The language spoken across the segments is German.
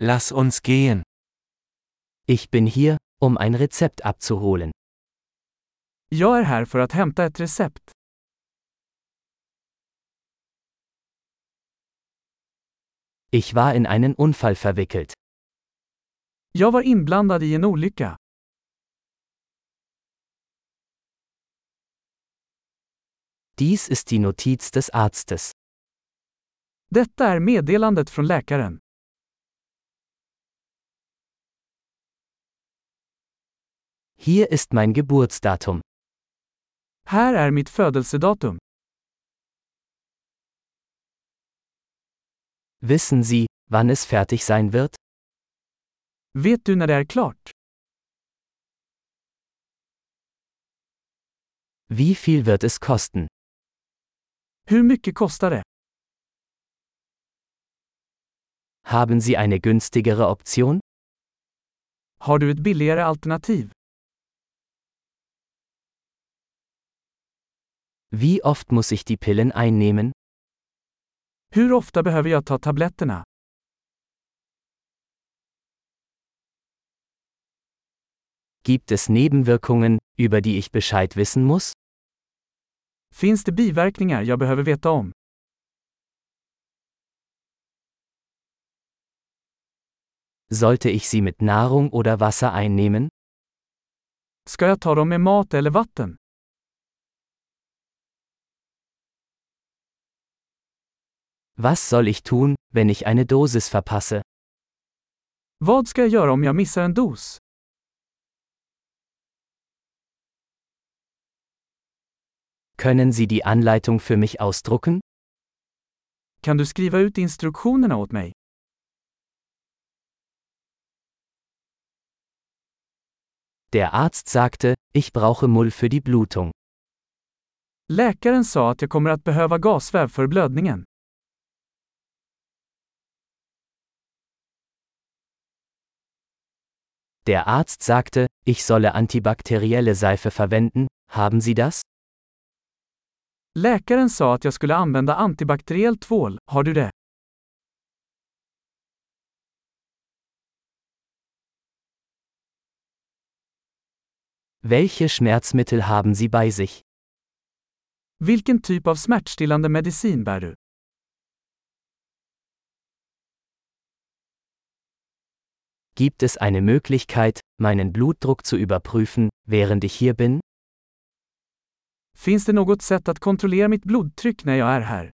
Lass uns gehen. Ich bin hier, um ein Rezept abzuholen. Jag är här för att hämta ett recept. Ich war in einen Unfall verwickelt. Jag var inblandad i en olycka. Dies ist die Notiz des Arztes. Detta är meddelandet från läkaren. Hier ist mein Geburtsdatum. Här är mitt födelsedatum. Wissen Sie, wann es fertig sein wird? Vet du när det är klart? Wie viel wird es kosten? Hur mycket kostar det? Haben Sie eine günstigere Option? Har du ett billigare alternativ? Wie oft muss ich die Pillen einnehmen? Hur ofta behöver jag ta tabletterna? Gibt es Nebenwirkungen, über die ich Bescheid wissen muss? Finns det biverkningar jag behöver veta om? Sollte ich sie mit Nahrung oder Wasser einnehmen? Ska jag ta dem med mat eller vatten? Was soll ich tun, wenn ich eine Dosis verpasse? Vad ska jag göra om jag missar en dos? Können Sie die Anleitung für mich ausdrucken? Kan du skriva ut instruktionerna åt mig? Der Arzt sagte, ich brauche Mull für die Blutung. Läkaren sa att jag kommer att behöva gasväv för blödningen. Der Arzt sagte, ich solle antibakterielle Seife verwenden, haben Sie das? Läkaren sa att jag skulle använda antibakteriell tvål, har du det? Welche Schmerzmittel haben Sie bei sich? Vilken typ av smärtstillande medicin bär du? Gibt es eine Möglichkeit, meinen Blutdruck zu überprüfen, während ich hier bin? Finns det något sätt att kontrollera mitt blodtryck när jag är här?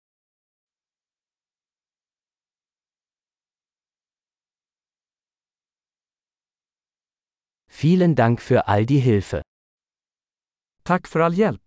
Vielen Dank für all die Hilfe. Tack för all hjälp.